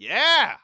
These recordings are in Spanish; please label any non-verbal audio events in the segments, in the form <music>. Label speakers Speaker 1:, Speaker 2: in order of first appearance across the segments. Speaker 1: Yeah.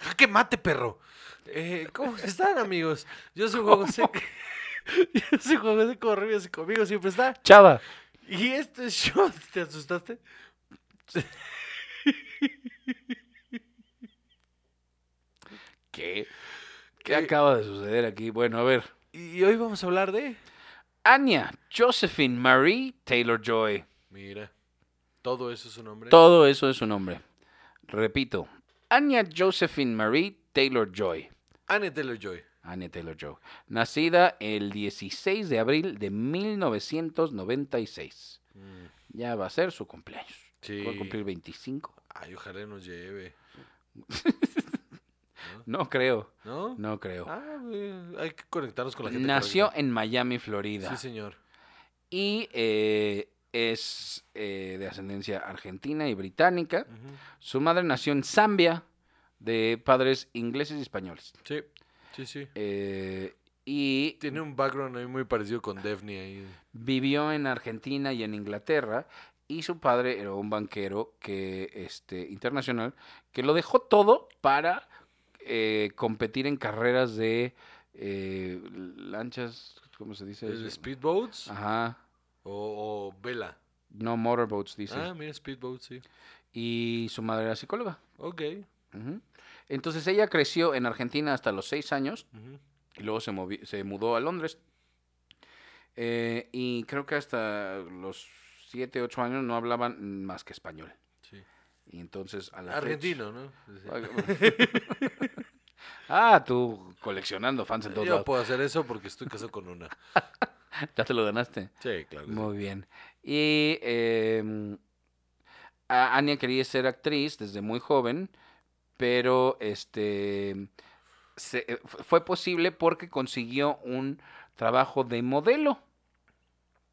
Speaker 2: ¡Jaque Ah, mate, perro! Eh, ¿Cómo están, amigos? Yo soy Juan José. <laughs> Yo soy Juan José Correos y conmigo siempre está.
Speaker 3: Chava.
Speaker 2: Y esto es Shot. <laughs> ¿Te asustaste?
Speaker 3: ¿Qué? ¿Qué acaba de suceder aquí? Bueno, a ver.
Speaker 2: Eh, Y hoy vamos a hablar de.
Speaker 3: Anya Josephine Marie Taylor Joy.
Speaker 2: Mira, todo eso es su nombre.
Speaker 3: Todo eso es su nombre. Repito. Anya Josephine Marie Taylor Joy.
Speaker 2: Anne Taylor Joy.
Speaker 3: Anya Taylor Joy. Nacida el 16 de abril de 1996.
Speaker 2: Mm,
Speaker 3: Ya va a ser su cumpleaños.
Speaker 2: Sí.
Speaker 3: Va a cumplir 25.
Speaker 2: Ay, ojalá nos lleve.
Speaker 3: No creo.
Speaker 2: ¿No?
Speaker 3: No creo.
Speaker 2: Ah, eh, hay que conectarnos con la gente.
Speaker 3: Nació
Speaker 2: correcta.
Speaker 3: en Miami, Florida.
Speaker 2: Sí, señor.
Speaker 3: Y eh, es eh, de ascendencia argentina y británica.
Speaker 2: Ujú.
Speaker 3: Su madre nació en Zambia, de padres ingleses y españoles.
Speaker 2: Sí, sí, sí.
Speaker 3: Eh, y
Speaker 2: Tiene un background ahí muy parecido con Daphne ahí.
Speaker 3: vivió en Argentina y en Inglaterra. Y su padre era un banquero que, este, internacional que lo dejó todo para eh, competir en carreras de eh, lanchas, ¿cómo se dice?
Speaker 2: ¿El
Speaker 3: eso?
Speaker 2: Speedboats
Speaker 3: Ajá.
Speaker 2: o, o Vela?
Speaker 3: No motorboats, dice.
Speaker 2: Ah, mira, Speedboat, sí.
Speaker 3: Y su madre era psicóloga.
Speaker 2: Ok.
Speaker 3: Ujú. Entonces ella creció en Argentina hasta los seis años
Speaker 2: Ujú.
Speaker 3: y luego se, movi- se mudó a Londres. Eh, y creo que hasta los siete, ocho años no hablaban más que español.
Speaker 2: Sí.
Speaker 3: Y entonces a la fecha-
Speaker 2: Argentino, ¿no? Sí. <laughs>
Speaker 3: Ah, tú coleccionando fans en todos
Speaker 2: Yo
Speaker 3: lados.
Speaker 2: puedo hacer eso porque estoy casado con una.
Speaker 3: Ya te lo ganaste.
Speaker 2: Sí, claro. que sí.
Speaker 3: Muy bien. Y eh, a- Anya quería ser actriz desde muy joven, pero este se- eh, fu- fue posible porque consiguió un trabajo de modelo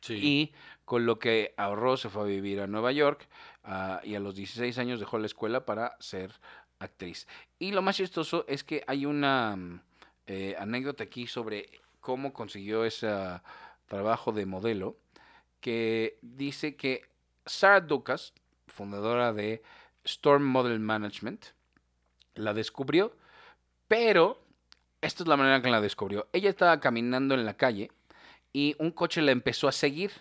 Speaker 2: Sí.
Speaker 3: y con lo que ahorró se fue a vivir a Nueva York ah, y a los 16 años dejó la escuela para ser actriz. Y lo más chistoso es que hay una mm, eh, anécdota aquí sobre cómo consiguió ese trabajo de modelo que dice que Sarah Ducas, fundadora de Storm Model Management, la descubrió, pero esta es la manera en que la descubrió. Ella estaba caminando en la calle y un coche la empezó a seguir.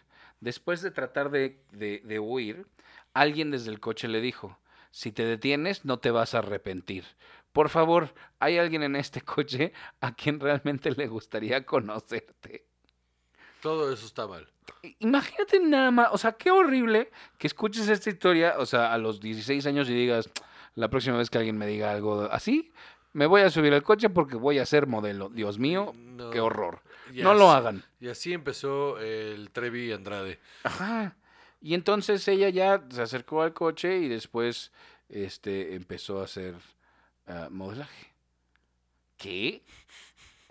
Speaker 3: Después de tratar de, de- de huir, alguien desde el coche le dijo, si te detienes no te vas a arrepentir. Por favor, hay alguien en este <laughs> coche a quien realmente le gustaría conocerte.
Speaker 2: Todo eso está mal.
Speaker 3: I- Imagínate nada más, o sea, qué horrible que escuches esta historia, o sea, a los 16 años y digas, la próxima vez que alguien me diga algo así, me voy a subir al coche porque voy a ser modelo. Dios mío,
Speaker 2: No.
Speaker 3: qué horror.
Speaker 2: Y
Speaker 3: No lo
Speaker 2: así-
Speaker 3: hagan.
Speaker 2: Y así empezó el Trevi Andrade.
Speaker 3: Ajá. Y entonces ella ya se acercó al coche y después este, empezó a hacer ah, modelaje. ¿Qué?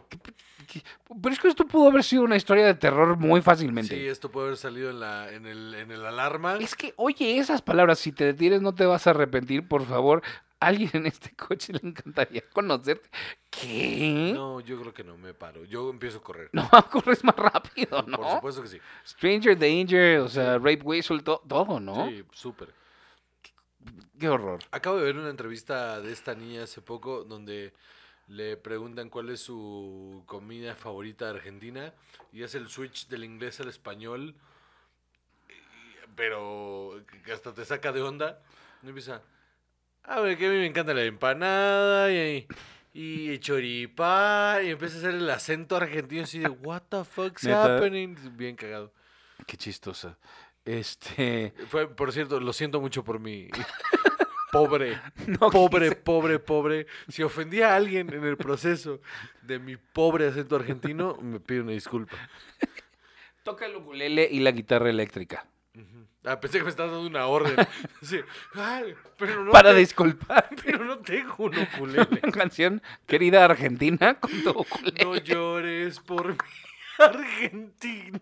Speaker 3: ¿Qué p- qué? Pero es que esto pudo haber sido una historia de terror muy fácilmente.
Speaker 2: Sí, esto puede haber salido en, la, en, el, en el alarma.
Speaker 3: Es que, oye, esas palabras, si te detienes no te vas a arrepentir, por favor. Alguien en este coche le encantaría conocerte. ¿Qué? No,
Speaker 2: No, yo creo que no me paro. Yo empiezo a correr.
Speaker 3: <laughs> corres más rápido, ¿no?
Speaker 2: Por supuesto que sí.
Speaker 3: Stranger Danger, o sea, Rape Whistle, to- todo, ¿no?
Speaker 2: Sí, súper.
Speaker 3: Qué horror.
Speaker 2: Acabo de ver una entrevista de esta niña hace poco donde le preguntan cuál es su comida favorita de Argentina y hace el switch del inglés al español, y- pero que hasta te saca de onda. Y empieza, a ver, que a mí me encanta la empanada y, y el choripá. Y empieza a hacer el acento argentino así de, what the fuck's
Speaker 3: ¿Neta?
Speaker 2: happening? Bien cagado.
Speaker 3: Qué chistosa. Este.
Speaker 2: Fue, por cierto, lo siento mucho por mi <laughs> pobre,
Speaker 3: <laughs> No
Speaker 2: pobre,
Speaker 3: quise.
Speaker 2: pobre, pobre. Si ofendí a alguien en el proceso de mi pobre acento argentino, me pido una disculpa.
Speaker 3: Toca el ukulele y la guitarra eléctrica.
Speaker 2: Ujú. Ah, pensé que me estabas dando una orden. <laughs> Sí. Ay, pero no
Speaker 3: Para
Speaker 2: te-
Speaker 3: disculpar. <laughs>
Speaker 2: Pero no tengo un ukulele.
Speaker 3: Una canción, querida Argentina, <laughs> con tu ukulele.
Speaker 2: No llores por mi <laughs> Argentina.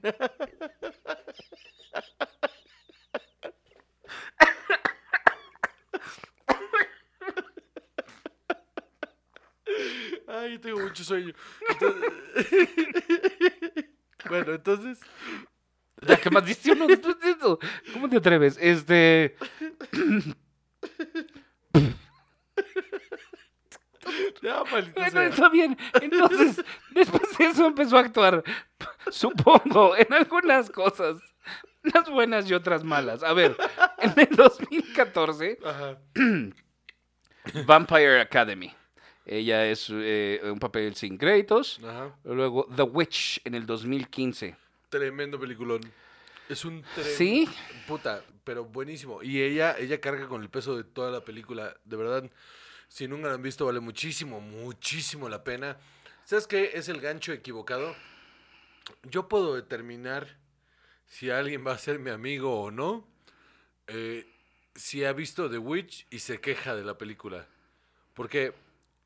Speaker 2: Ay, tengo mucho sueño. Entonces- <laughs> Bueno, entonces.
Speaker 3: Ya que más diste uno, tú diste dos. ¿Cómo te atreves? Este.
Speaker 2: Ya, maldita
Speaker 3: Bueno,
Speaker 2: sea.
Speaker 3: está bien. <laughs> Entonces, después de eso empezó a actuar. <laughs> Supongo, en algunas cosas. Unas buenas y otras malas. A ver, en el 2014,
Speaker 2: Ajá.
Speaker 3: Vampire Academy. Ella es eh, un papel sin créditos.
Speaker 2: Ajá.
Speaker 3: Luego, The Witch en el 2015.
Speaker 2: Tremendo peliculón. Es un trem-
Speaker 3: Sí.
Speaker 2: Puta, pero buenísimo. Y ella, ella carga con el peso de toda la película. De verdad, si nunca la han visto, vale muchísimo, muchísimo la pena. ¿Sabes qué? Es el gancho equivocado. Yo puedo determinar si alguien va a ser mi amigo o no. eh, si ha visto The Witch y se queja de la película. Porque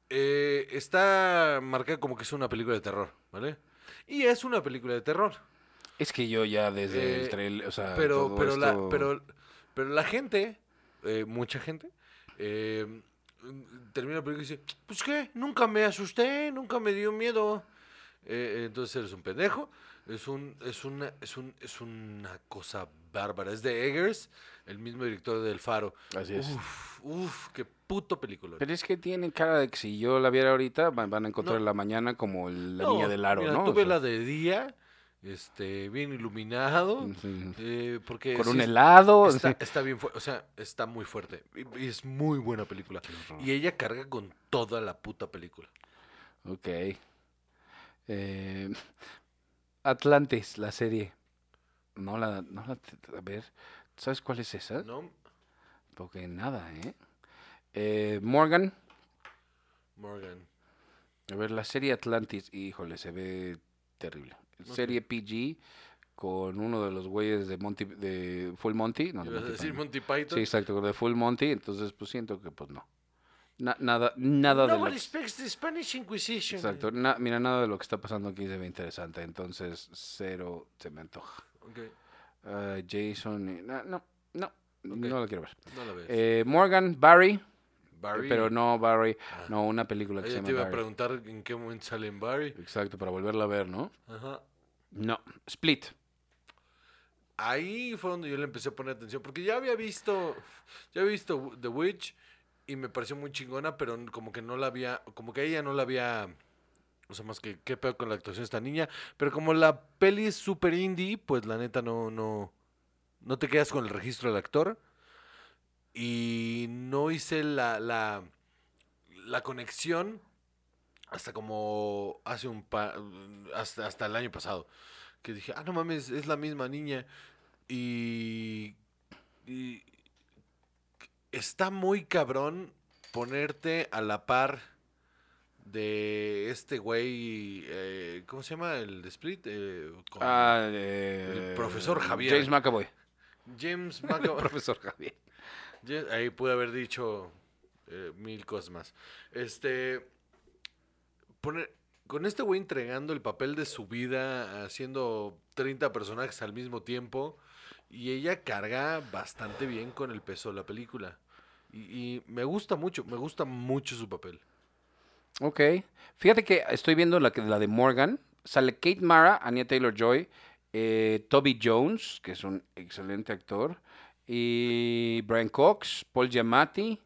Speaker 2: eh, está marcada como que es una película de terror, ¿vale? Y es una película de terror.
Speaker 3: Es que yo ya desde el
Speaker 2: Eh,
Speaker 3: trailer, o sea,
Speaker 2: pero
Speaker 3: todo
Speaker 2: pero la
Speaker 3: esto-
Speaker 2: pero pero la gente eh, mucha gente eh, termina la película y dice pues qué nunca me asusté nunca me dio miedo Eh, entonces eres un pendejo es un es una es un es una cosa bárbara es de Eggers el mismo director del Faro
Speaker 3: Así es.
Speaker 2: uf uf qué puto película
Speaker 3: Pero es que tiene cara de que si yo la viera ahorita, van van a encontrar la mañana como el- la niña del aro, ¿no? O
Speaker 2: tuve
Speaker 3: sea,
Speaker 2: la de día este bien iluminado
Speaker 3: sí.
Speaker 2: eh, porque
Speaker 3: con
Speaker 2: sí
Speaker 3: un
Speaker 2: es-
Speaker 3: helado.
Speaker 2: Está,
Speaker 3: sí.
Speaker 2: está bien fuerte, o sea, está muy fuerte. Y, y es muy buena película. Y ella carga con toda la puta película.
Speaker 3: Ok. Eh, Atlantis, la serie. No la, no la, a ver, ¿sabes cuál es esa?
Speaker 2: ¿No?
Speaker 3: Porque nada, ¿eh? Eh, Morgan,
Speaker 2: Morgan.
Speaker 3: a ver, la serie Atlantis, híjole, se ve terrible.
Speaker 2: Ok.
Speaker 3: Serie PG con uno de los güeyes de Monty, de Full Monty. No, de
Speaker 2: ¿Ibas a
Speaker 3: Monty
Speaker 2: decir
Speaker 3: Python.
Speaker 2: Monty Python?
Speaker 3: Sí, exacto, con de Full Monty, entonces pues siento que pues no. Na- nada, nada de lo
Speaker 2: Nobody
Speaker 3: que-
Speaker 2: speaks the Spanish Inquisition.
Speaker 3: Exacto, na- mira, nada de lo que está pasando aquí se ve interesante, entonces cero se me antoja.
Speaker 2: Ok,
Speaker 3: Ah, Jason, eh, na- no, no, no lo quiero ver.
Speaker 2: no la ves.
Speaker 3: Eh, Morgan, Barry, eh,
Speaker 2: Este. Barry.
Speaker 3: pero no Barry,
Speaker 2: Ah.
Speaker 3: no, una película que
Speaker 2: Ella
Speaker 3: se
Speaker 2: te iba
Speaker 3: llama
Speaker 2: a
Speaker 3: Barry.
Speaker 2: preguntar en qué momento sale en Barry.
Speaker 3: Exacto, para volverla a ver, ¿no?
Speaker 2: Ajá.
Speaker 3: No, Split.
Speaker 2: Ahí fue donde yo le empecé a poner atención. Porque ya había visto. Ya había visto The Witch. Y me pareció muy chingona. Pero como que no la había. Como que ella no la había. O sea, más que qué peor con la actuación de esta niña. Pero como la peli es super indie, pues la neta no, no. No te quedas con el registro del actor. Y no hice la. la, la conexión. Hasta como hace un pa- hasta, hasta el año pasado. Que dije, ah, no mames, es la misma niña. Y. y está muy cabrón ponerte a la par de este güey. eh, ¿Cómo se llama? El de Split. eh, con-
Speaker 3: Ah, eh,
Speaker 2: el profesor Javier.
Speaker 3: James McAvoy. <laughs>
Speaker 2: James
Speaker 3: El
Speaker 2: McAvoy.
Speaker 3: profesor Javier.
Speaker 2: Ye- Ahí pude haber dicho eh, mil cosas más. Este. poner- con este güey entregando el papel de su vida, haciendo 30 personajes al mismo tiempo. Y ella carga bastante bien con el peso de la película. Y, y me gusta mucho, me gusta mucho su papel.
Speaker 3: Ok. Fíjate que estoy viendo la, que- la de Morgan. Sale Kate Mara, Anya Taylor Joy, Toby Jones, que es un excelente actor, y Brian Cox, Paul Giamatti,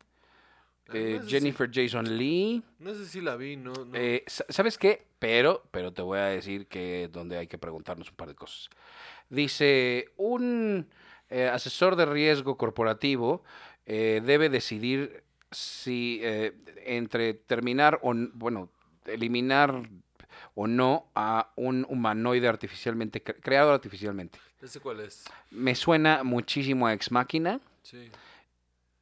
Speaker 3: eh,
Speaker 2: no, sé
Speaker 3: Jennifer Jason Lee.
Speaker 2: Si, no sé si la vi, no. no.
Speaker 3: Eh, sa- ¿Sabes qué? Pero, pero te voy a decir que es donde hay que preguntarnos un par de cosas. Dice, un eh, asesor de riesgo corporativo eh, debe decidir si eh, entre terminar o, n- bueno, eliminar o no a un humanoide artificialmente, cre- creado artificialmente.
Speaker 2: Ya sé cuál es.
Speaker 3: Me suena muchísimo a Ex Máquina
Speaker 2: Sí.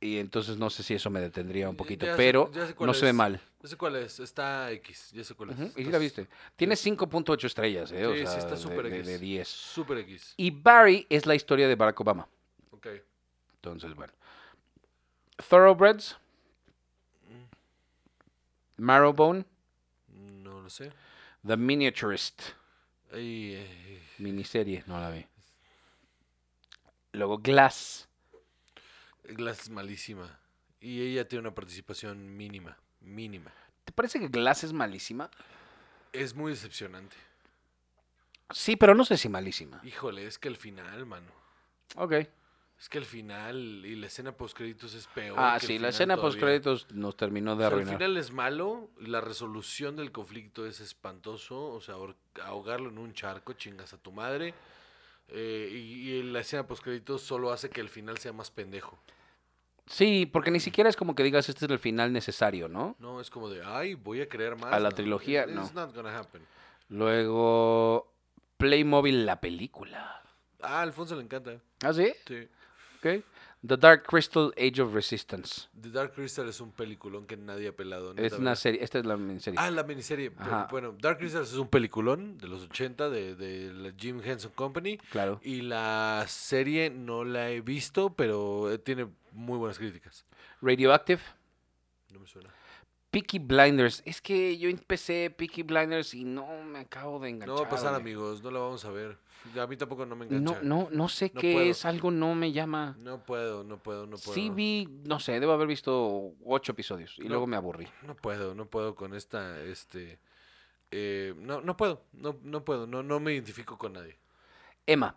Speaker 3: y entonces no sé si eso me detendría
Speaker 2: Eh,
Speaker 3: un
Speaker 2: Ya
Speaker 3: poquito,
Speaker 2: sé-
Speaker 3: pero
Speaker 2: ya sé cuál
Speaker 3: no se ve
Speaker 2: es.
Speaker 3: mal.
Speaker 2: Ya sé cuál es. Está X. Ya sé cuál es.
Speaker 3: Ujú, Y sí la
Speaker 2: Está-
Speaker 3: viste. Tiene 5.8 estrellas, ¿eh?
Speaker 2: Sí,
Speaker 3: o
Speaker 2: sí,
Speaker 3: sea,
Speaker 2: está
Speaker 3: de-
Speaker 2: súper
Speaker 3: de,
Speaker 2: X.
Speaker 3: de 10.
Speaker 2: Súper X.
Speaker 3: Y Barry es la historia de Barack Obama.
Speaker 2: Ok.
Speaker 3: Entonces, bueno. Thoroughbreds. Marrowbone.
Speaker 2: No lo sé.
Speaker 3: The Miniaturist.
Speaker 2: Ay, eh,
Speaker 3: Miniserie, no la vi. Luego Glass.
Speaker 2: Glass eh, es malísima. Y ella tiene una participación mínima. Mínima.
Speaker 3: ¿Te parece que Glass es malísima?
Speaker 2: Es muy decepcionante.
Speaker 3: Sí, pero no sé si malísima. Ah,
Speaker 2: Híjole, es que el final, mano.
Speaker 3: Ok.
Speaker 2: Es que el final y la escena postcréditos es peor.
Speaker 3: Ah,
Speaker 2: que el
Speaker 3: sí, la
Speaker 2: final
Speaker 3: escena
Speaker 2: todavía.
Speaker 3: post-créditos nos terminó de
Speaker 2: O sea, el
Speaker 3: arruinar.
Speaker 2: final es malo, la resolución del conflicto es espantoso, o sea, ahor- ahogarlo en un charco, chingas a tu madre. eh, y, y la escena postcréditos solo hace que el final sea más pendejo.
Speaker 3: Sí, porque ni siquiera es como que digas este es el final necesario, ¿no?
Speaker 2: No, es como de, ay, voy a crear más.
Speaker 3: A la
Speaker 2: No,
Speaker 3: trilogía,
Speaker 2: it-
Speaker 3: no.
Speaker 2: It's not gonna happen.
Speaker 3: Luego Playmobil la película.
Speaker 2: Ah, a Alfonso le encanta.
Speaker 3: ¿Ah, sí?
Speaker 2: Sí.
Speaker 3: Ok. The Dark Crystal Age of Resistance.
Speaker 2: The Dark Crystal es un peliculón que nadie ha pelado. neta,
Speaker 3: Es una
Speaker 2: ¿verdad?
Speaker 3: serie, esta es la miniserie.
Speaker 2: Ah, la miniserie. Pe-
Speaker 3: Ajá.
Speaker 2: Bueno, Dark Crystal es un peliculón de los 80 de, de la Jim Henson Company.
Speaker 3: claro.
Speaker 2: Y la serie no la he visto, pero eh, tiene muy buenas críticas.
Speaker 3: Radioactive.
Speaker 2: No me suena.
Speaker 3: Peaky Blinders. Es que yo empecé Peaky Blinders y no me acabo de enganchar.
Speaker 2: No va a pasar,
Speaker 3: güey.
Speaker 2: amigos. No la vamos a ver. A mí tampoco no me engancha.
Speaker 3: No, no, no sé
Speaker 2: No
Speaker 3: qué
Speaker 2: puedo.
Speaker 3: es, algo no me llama.
Speaker 2: No puedo, no puedo, no puedo.
Speaker 3: Sí vi, no sé, debo haber visto ocho episodios y
Speaker 2: No.
Speaker 3: luego me aburrí.
Speaker 2: No puedo, no puedo con esta, este... eh, no, no puedo, no, no puedo, no, no me identifico con nadie.
Speaker 3: Emma,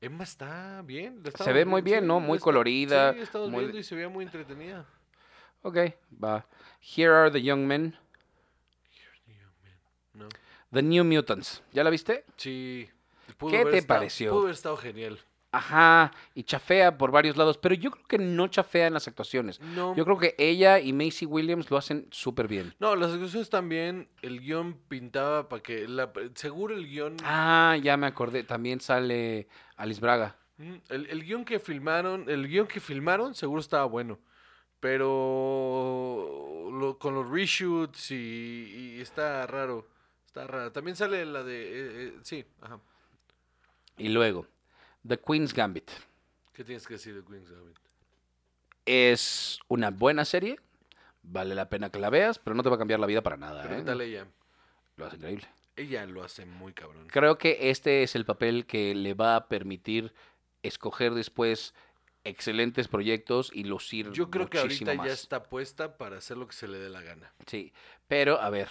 Speaker 2: Emma está bien. la
Speaker 3: Se
Speaker 2: estaba
Speaker 3: ve muy bien, ¿no? Muy
Speaker 2: está-
Speaker 3: colorida,
Speaker 2: Sí, he estado
Speaker 3: muy-
Speaker 2: viendo y se veía muy entretenida.
Speaker 3: ok, va. Here are the young men,
Speaker 2: No.
Speaker 3: the new mutants. ¿Ya la viste?
Speaker 2: Sí. pudo
Speaker 3: ¿Qué
Speaker 2: haber
Speaker 3: te
Speaker 2: estado-
Speaker 3: pareció?
Speaker 2: Pudo haber estado genial.
Speaker 3: Ajá, y chafea por varios lados, pero yo creo que no chafea en las actuaciones.
Speaker 2: No,
Speaker 3: Yo creo que ella y Macy Williams lo hacen súper bien.
Speaker 2: no las actuaciones también, el guión pintaba para que... La, seguro el guión...
Speaker 3: Ah, ya me acordé, también sale Alice Braga.
Speaker 2: Mm, El, el guión que filmaron, el guión que filmaron seguro estaba bueno, pero lo- con los reshoots y, y está raro, está raro. También sale la de, eh, eh, sí, ajá.
Speaker 3: Y luego, The Queen's Gambit.
Speaker 2: ¿Qué tienes que decir de Queen's Gambit?
Speaker 3: Es una buena serie, vale la pena que la veas, pero no te va a cambiar la vida para nada. ¿eh?
Speaker 2: Pregúntale a ella,
Speaker 3: Lo hace increíble.
Speaker 2: ella lo hace muy cabrón.
Speaker 3: Creo que este es el papel que le va a permitir escoger después excelentes proyectos y lucir
Speaker 2: Yo creo que
Speaker 3: muchísimo
Speaker 2: ahorita
Speaker 3: más.
Speaker 2: ya está puesta para hacer lo que se le dé la gana.
Speaker 3: Sí, pero a ver,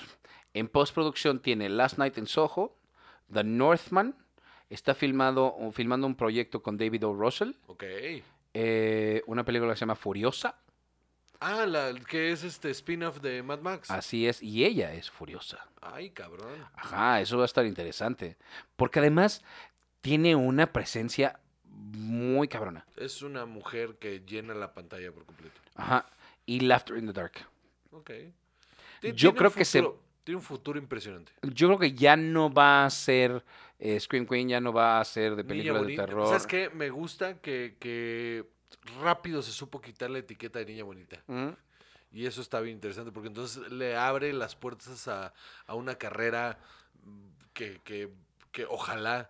Speaker 3: en postproducción tiene Last Night in Soho, The Northman, está filmado, o filmando un proyecto con David O. Russell,
Speaker 2: Ok.
Speaker 3: eh, una película que se llama Furiosa,
Speaker 2: Ah, la que es este spin-off de Mad Max.
Speaker 3: así es, y ella es Furiosa.
Speaker 2: Ay, cabrón.
Speaker 3: Ajá, eso va a estar interesante, porque además tiene una presencia muy cabrona.
Speaker 2: Es una mujer que llena la pantalla por completo.
Speaker 3: Ajá, y Laughter in the Dark.
Speaker 2: Ok.
Speaker 3: Yo
Speaker 2: Ti- tiene un
Speaker 3: creo que se-
Speaker 2: futuro- Tiene un futuro impresionante.
Speaker 3: Yo creo que ya no va a ser eh, Scream Queen, ya no va a ser de
Speaker 2: Niña
Speaker 3: películas de
Speaker 2: bonita.
Speaker 3: terror.
Speaker 2: ¿Sabes qué? Me gusta que, que rápido se supo quitar la etiqueta de niña bonita.
Speaker 3: Mm.
Speaker 2: Y eso está bien interesante porque entonces le abre las puertas a, a una carrera mm, que, que- que ojalá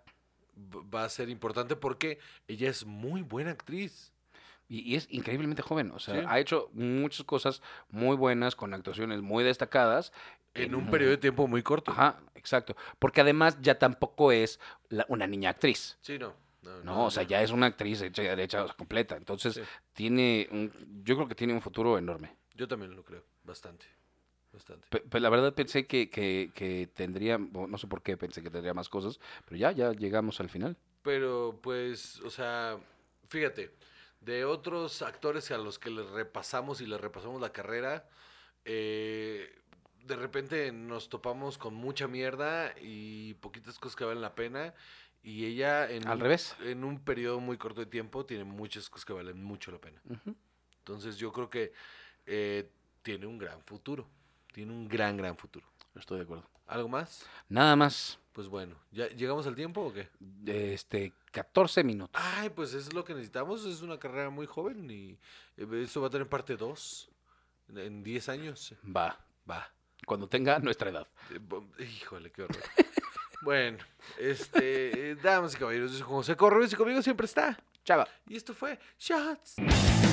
Speaker 2: v- va a ser importante porque ella es muy buena actriz.
Speaker 3: Y, y es increíblemente joven, o sea,
Speaker 2: Sí.
Speaker 3: ha hecho muchas cosas muy buenas, con actuaciones muy destacadas.
Speaker 2: En un
Speaker 3: mu-
Speaker 2: periodo de tiempo muy corto.
Speaker 3: Ajá, exacto. Porque además ya tampoco es la- una niña actriz,
Speaker 2: Sí, no. No,
Speaker 3: ¿no? O sea, ya es una actriz hecha y derecha o sea, completa. Entonces,
Speaker 2: Sí.
Speaker 3: tiene un- yo creo que tiene un futuro enorme.
Speaker 2: Yo también lo creo. Bastante. Bastante.
Speaker 3: Pe- pe- la verdad pensé que, que- que tendría, o no sé por qué pensé que tendría más cosas, pero ya, ya llegamos al final.
Speaker 2: Pero pues, o sea, fíjate, de otros actores a los que les repasamos y les repasamos la carrera, eh, de repente nos topamos con mucha mierda y poquitas cosas que valen la pena. Y ella en,
Speaker 3: Al
Speaker 2: un-
Speaker 3: revés.
Speaker 2: en un periodo muy corto de tiempo tiene muchas cosas que valen mucho la pena.
Speaker 3: Ujú.
Speaker 2: Entonces yo creo que eh, tiene un gran futuro. Tiene un gran, gran futuro.
Speaker 3: Estoy de acuerdo.
Speaker 2: ¿Algo más?
Speaker 3: Nada más,
Speaker 2: Pues bueno, ¿ya llegamos al tiempo o qué?
Speaker 3: este, 14 minutos.
Speaker 2: Ay, pues es lo que necesitamos, es una carrera muy joven y eh, eso va a tener parte 2 en- en 10 años.
Speaker 3: Va,
Speaker 2: Va.
Speaker 3: cuando tenga nuestra edad.
Speaker 2: Eh, bo- Híjole, qué horror. bueno, este, eh, damas y caballeros, yo soy José Corro y conmigo siempre está.
Speaker 3: Chava.
Speaker 2: Y esto fue Shots.